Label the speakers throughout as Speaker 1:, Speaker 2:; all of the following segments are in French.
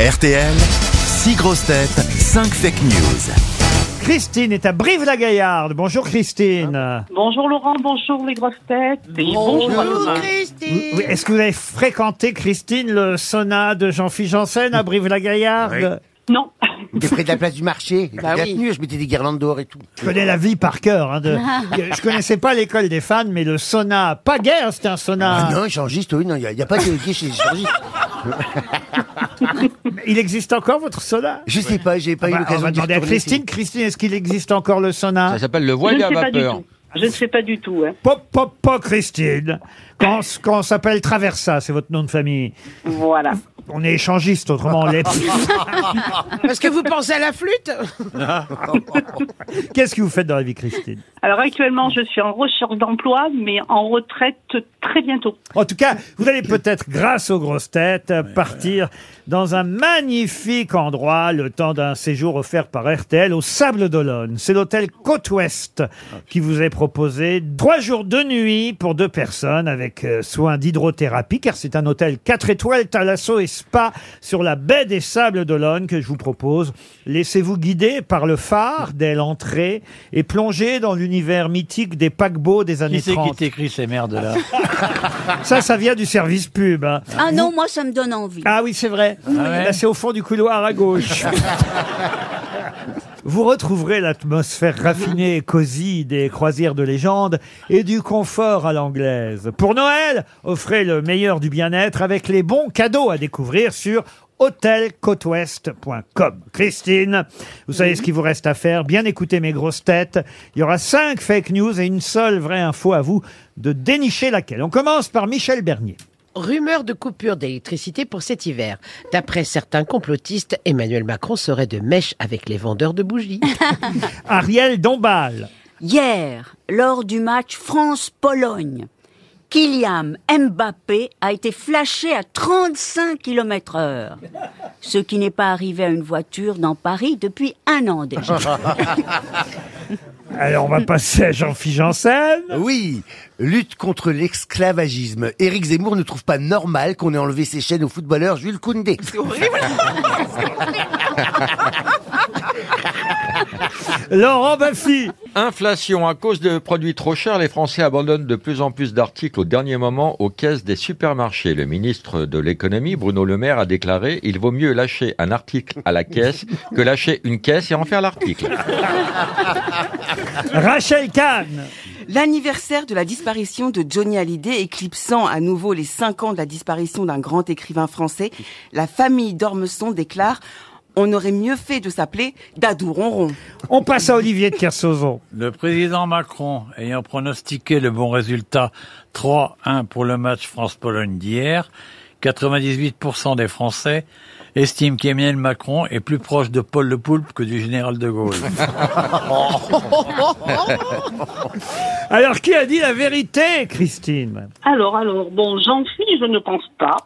Speaker 1: RTL, 6 grosses têtes, 5 fake news.
Speaker 2: Christine est à Brive-la-Gaillarde. Bonjour Christine.
Speaker 3: Bonjour Laurent, bonjour les grosses têtes. Et
Speaker 4: Oh,
Speaker 3: bonjour, à Laurent.
Speaker 5: Ah.
Speaker 2: Vous- vous- Est-ce que vous avez fréquenté, Christine, le sauna de Jean-Philippe Janssen à Brive-la-Gaillarde
Speaker 3: Non,
Speaker 5: J'étais près de la place du marché,
Speaker 4: Bah
Speaker 5: la
Speaker 4: oui.
Speaker 5: tenue, je mettais des guirlandes d'or et tout.
Speaker 2: Je connais la vie par cœur. hein, de- Je connaissais pas l'école des fans, mais le sauna, pas guère, c'était un sauna.
Speaker 5: Ah non, échangiste, oui, non, il n'y a, y a pas de qualité chez les échangistes.
Speaker 2: Il existe encore votre sauna
Speaker 5: Je sais pas, j'ai pas
Speaker 4: Ah
Speaker 5: eu
Speaker 2: Bah, On
Speaker 5: l'occasion
Speaker 2: va
Speaker 5: de
Speaker 2: demander à Christine. Christine, est-ce qu'il existe encore le sauna
Speaker 6: Ça s'appelle le
Speaker 3: je ne
Speaker 6: voile à
Speaker 3: sais pas du
Speaker 6: vapeur.
Speaker 3: tout. Je ne sais pas du tout. hein.
Speaker 2: Pop, pop, pop, Christine. Quand, on s- quand on s'appelle Traversa, c'est votre nom de famille.
Speaker 3: Voilà.
Speaker 2: On est échangiste, autrement on l'est.
Speaker 4: Parce que vous pensez à la flûte
Speaker 2: Qu'est-ce que vous faites dans la vie, Christine
Speaker 3: Alors actuellement, je suis en recherche d'emploi, mais en retraite très bientôt.
Speaker 2: En tout cas, vous allez peut-être, grâce aux grosses têtes, partir dans un magnifique endroit le temps d'un séjour offert par RTL au Sable d'Olonne. C'est l'hôtel Côte-Ouest qui vous est proposé trois jours de nuit pour deux personnes avec euh, soins d'hydrothérapie, car c'est un hôtel 4 étoiles, Thalasso et Spa sur la baie des Sables d'Olonne que je vous propose. Laissez-vous guider par le phare dès l'entrée et plongez dans l'univers mythique des paquebots des années 30.
Speaker 7: t'écrit ces merdes-là
Speaker 2: Ça, ça vient du service pub. hein.
Speaker 8: Ah non, moi ça me donne envie.
Speaker 2: Ah oui, c'est vrai. Là, c'est au fond du couloir à gauche. Vous retrouverez l'atmosphère raffinée et cosy des croisières de légende et du confort à l'anglaise. Pour Noël, offrez le meilleur du bien-être avec les bons cadeaux à découvrir sur hôtelcôteouest.com. Christine, vous savez ce qu'il vous reste à faire. Bien écouter mes grosses têtes. Il y aura cinq fake news et une seule vraie info à vous de dénicher laquelle. On commence par Michel Bernier.
Speaker 4: Rumeur de coupure d'électricité pour cet hiver. D'après certains complotistes, Emmanuel Macron serait de mèche avec les vendeurs de bougies.
Speaker 2: Ariel Dombal.
Speaker 8: Hier, lors du match France-Pologne, Kylian Mbappé a été flashé à 35 km heure. Ce qui n'est pas arrivé à une voiture dans Paris depuis un an déjà.
Speaker 2: Alors, on va passer à Jean-Philippe Janssen.
Speaker 5: Oui, lutte contre l'esclavagisme. Éric Zemmour ne trouve pas normal qu'on ait enlevé ses chaînes au footballeur Jules Koundé.
Speaker 2: Laurent Baffy.
Speaker 6: Inflation. À cause de produits trop chers, les Français abandonnent de plus en plus d'articles au dernier moment aux caisses des supermarchés. Le ministre de l'économie, Bruno Le Maire, a déclaré Il vaut mieux lâcher un article à la caisse que lâcher une caisse et en faire l'article.
Speaker 4: Ah,
Speaker 2: Rachel Kahn.
Speaker 9: L'anniversaire de la disparition de Johnny Hallyday éclipsant à nouveau les cinq ans de la disparition d'un grand écrivain français, la famille d'Ormesson déclare on aurait mieux fait de s'appeler Dadou Ronron.
Speaker 2: On passe à Olivier de Kersauzon.
Speaker 7: Le président Macron, ayant pronostiqué le bon résultat 3-1 pour le match France-Pologne d'hier, 98% des Français estiment qu'Emmanuel Macron est plus proche de Paul Le Poulpe que du général de Gaulle.
Speaker 2: Alors, qui a dit la vérité, Christine
Speaker 3: Alors, alors, bon, j'en suis, je ne pense pas.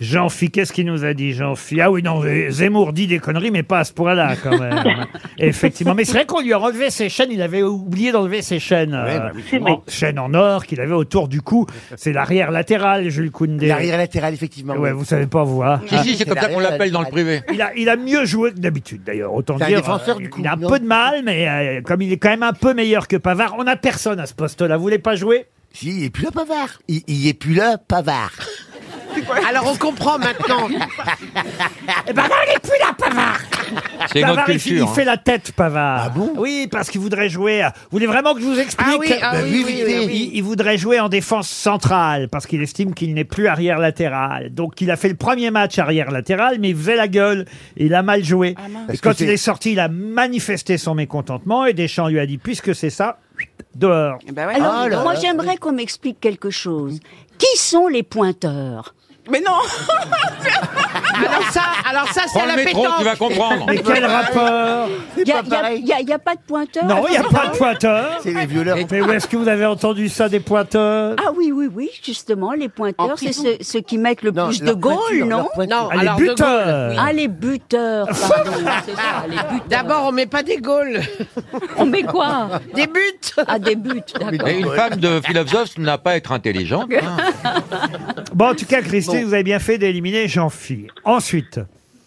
Speaker 2: Jean-Philippe, qu'est-ce qu'il nous a dit, Jean-Philippe Ah oui, non, Zemmour dit des conneries, mais pas à ce point-là, quand même. Effectivement. Mais c'est vrai qu'on lui a enlevé ses chaînes. Il avait oublié d'enlever ses chaînes. euh,
Speaker 3: C'est vrai.
Speaker 2: en- chaînes en or qu'il avait autour du cou. C'est l'arrière latéral, Jules Koundé.
Speaker 5: L'arrière latéral, effectivement.
Speaker 2: Ouais, vous savez pas, vous, hein
Speaker 6: Si, si, c'est comme ça qu'on
Speaker 5: l'arrière
Speaker 6: l'appelle dans le
Speaker 5: latéral.
Speaker 6: privé.
Speaker 2: Il a, il a mieux joué que d'habitude, d'ailleurs. Autant
Speaker 5: C'est un
Speaker 2: dire.
Speaker 5: défenseur
Speaker 2: euh,
Speaker 5: du coup,
Speaker 2: il a un
Speaker 5: non
Speaker 2: peu de mal, mais euh, comme il est quand même un peu meilleur que Pavard, on a personne à ce poste-là. Vous voulez pas jouer
Speaker 5: Si, il est plus là, Pavard. Il, il est plus là, Pavard.
Speaker 4: Alors on comprend maintenant.
Speaker 2: Eh ben non, il est plus là, Pavard
Speaker 6: C'est une autre
Speaker 2: Pavard, il, il
Speaker 6: culture. hein.
Speaker 2: fait la tête, Pavard. Ah bon Oui, parce qu'il voudrait jouer. à- Vous voulez vraiment que je vous explique
Speaker 4: Ah oui, ah
Speaker 5: Bah
Speaker 4: oui,
Speaker 5: oui,
Speaker 4: oui,
Speaker 5: oui,
Speaker 4: oui, oui.
Speaker 2: il, il voudrait jouer en défense centrale parce qu'il estime qu'il n'est plus arrière latéral. Donc il a fait le premier match arrière latéral, mais il faisait la gueule. Et il a mal joué.
Speaker 4: Ah,
Speaker 2: et
Speaker 5: Parce
Speaker 2: quand
Speaker 5: que
Speaker 2: il
Speaker 5: c'est-
Speaker 2: est sorti, il a manifesté son mécontentement et Deschamps lui a dit puisque c'est ça, dehors.
Speaker 9: Eh ben ouais.
Speaker 8: Alors,
Speaker 5: Ah là
Speaker 8: moi
Speaker 5: là.
Speaker 8: j'aimerais qu'on m'explique quelque chose. Qui sont les pointeurs
Speaker 9: Mais non
Speaker 4: Alors ça, alors ça c'est
Speaker 6: Prends
Speaker 4: à
Speaker 6: le
Speaker 4: la
Speaker 6: métro, tu vas
Speaker 4: pétanque.
Speaker 6: comprendre.
Speaker 2: Mais quel
Speaker 4: Ah,
Speaker 2: rapport
Speaker 8: Il n'y a,
Speaker 5: pas
Speaker 8: y a-
Speaker 5: pareil.
Speaker 8: y a- y a pas de pointeurs
Speaker 2: Non, il n'y a
Speaker 4: ah,
Speaker 2: pas de pointeurs.
Speaker 5: C'est les violeurs.
Speaker 2: Mais où est-ce que vous avez entendu ça des pointeurs
Speaker 8: Ah oui, oui, oui, justement, les pointeurs, c'est ceux, ceux qui mettent le
Speaker 5: Non,
Speaker 8: plus de
Speaker 5: leur
Speaker 8: Gaulle,
Speaker 5: pointure,
Speaker 8: non
Speaker 5: leur pointure.
Speaker 4: Non,
Speaker 2: Ah,
Speaker 4: alors
Speaker 2: les
Speaker 4: de Gaulle.
Speaker 2: buteurs
Speaker 8: Ah, les buteurs, pardon, c'est ça, les buteurs.
Speaker 4: D'abord on met pas des Gaules,
Speaker 8: on met Oh, quoi
Speaker 4: des buts.
Speaker 8: Ah, des buts, d'accord.
Speaker 6: Mais une femme de philosophe n'a pas à être intelligente.
Speaker 2: Bon, en tout cas, Christine, vous avez bien fait d'éliminer Jean-Phi. Ensuite,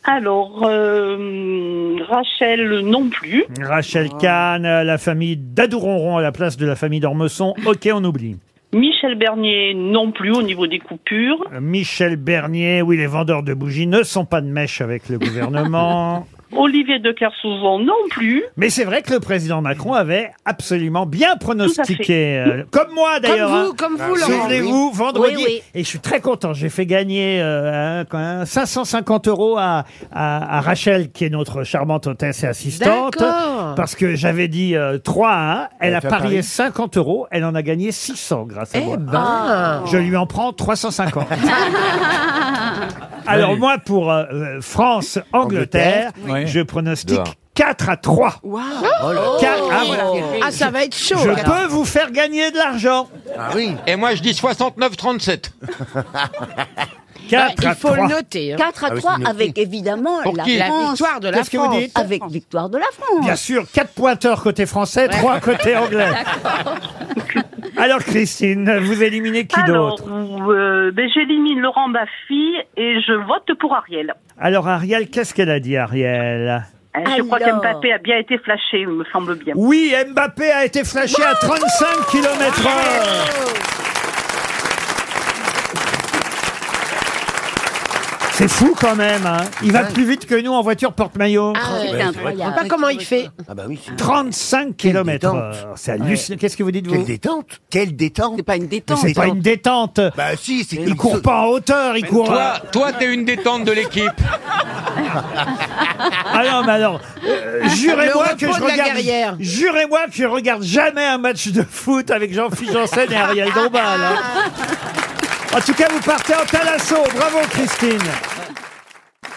Speaker 3: Alors, euh, Rachel non plus.
Speaker 2: Rachel
Speaker 4: Ah.
Speaker 2: Kahn, euh, la famille d'Adouronron à la place de la famille d'Ormesson. Ok, on oublie.
Speaker 3: Michel Bernier non plus au niveau des coupures.
Speaker 2: Michel Bernier, oui, les vendeurs de bougies ne sont pas de mèche avec le gouvernement.
Speaker 3: Olivier de Kersauzon non plus.
Speaker 2: Mais c'est vrai que le président Macron avait absolument bien pronostiqué, euh, comme moi d'ailleurs.
Speaker 4: Comme vous,
Speaker 2: hein.
Speaker 4: comme vous, Laurent.
Speaker 2: Souvenez-vous, vendredi,
Speaker 4: Oui, oui.
Speaker 2: et je suis très content, j'ai fait gagner euh, hein, quand même 550 euros à, à, à Rachel, qui est notre charmante hôtesse et assistante,
Speaker 4: D'accord.
Speaker 2: parce que j'avais dit euh, 3 à 1, elle,
Speaker 5: Elle
Speaker 2: a
Speaker 5: fait
Speaker 2: parié
Speaker 5: Paris.
Speaker 2: 50 euros, elle en a gagné 600 grâce à
Speaker 4: Eh
Speaker 2: moi. Ah.
Speaker 4: ben,
Speaker 2: Je lui en prends 350. Alors
Speaker 7: Oui.
Speaker 2: moi, pour euh, euh, France-Angleterre,
Speaker 7: Angleterre, oui.
Speaker 2: je pronostique
Speaker 6: Deux.
Speaker 2: 4 à 3.
Speaker 9: Waouh
Speaker 5: Oh là.
Speaker 2: Quatre- ah, voilà.
Speaker 4: ah, ça va être chaud.
Speaker 2: Je
Speaker 4: alors.
Speaker 2: peux vous faire gagner de l'argent.
Speaker 5: Ah oui.
Speaker 6: Et moi, je dis 69-37.
Speaker 4: Bah,
Speaker 2: 4 à
Speaker 4: il faut
Speaker 2: 3.
Speaker 4: le
Speaker 9: euh,
Speaker 4: noter. hein.
Speaker 8: 4 à
Speaker 5: Ah oui,
Speaker 8: 3
Speaker 5: c'est une
Speaker 8: avec évidemment
Speaker 6: Pour
Speaker 8: la
Speaker 6: qui
Speaker 4: La
Speaker 8: France.
Speaker 4: victoire de la
Speaker 2: Qu'est-ce que vous
Speaker 4: France.
Speaker 2: dites
Speaker 8: Avec victoire de la France.
Speaker 2: Bien sûr, 4 pointeurs côté français, 3 côté anglais. Alors Christine, vous éliminez qui
Speaker 3: Alors,
Speaker 2: d'autre
Speaker 3: euh, ben, j'élimine Laurent Baffy et je vote pour Ariel.
Speaker 2: Alors Ariel, qu'est-ce qu'elle a dit Ariel
Speaker 3: Euh, Je crois
Speaker 8: Alors.
Speaker 3: qu'Mbappé a bien été flashé, il me semble bien.
Speaker 2: Oui, Mbappé a été flashé à 35 km heure. C'est fou quand même, hein. Il va plus vite que nous en voiture porte-maillot.
Speaker 4: Ah, ouais.
Speaker 8: C'est
Speaker 4: Je sais
Speaker 8: incroyable.
Speaker 4: pas comment il fait.
Speaker 5: Ah bah oui. c'est-
Speaker 2: 35 km heure.
Speaker 5: détente.
Speaker 2: C'est hallucinant. Qu'est-ce que vous dites,
Speaker 5: Quelle
Speaker 2: vous
Speaker 5: détente Quelle détente
Speaker 9: C'est pas une détente. hein.
Speaker 2: C'est pas une détente.
Speaker 5: Bah si, c'est
Speaker 2: Il court pas en hauteur, il court.
Speaker 6: Toi, toi, t'es une détente de l'équipe.
Speaker 2: Ah non, mais alors, euh, jurez-moi
Speaker 4: Le
Speaker 2: que
Speaker 4: Ah, repos
Speaker 2: je
Speaker 4: de la
Speaker 2: regarde.
Speaker 4: guerrière.
Speaker 2: Jurez-moi que je regarde jamais un match de foot avec Jean-Philippe Janssen et Ariel Dombal. hein. En tout cas, vous partez en talasso. Bravo, Christine.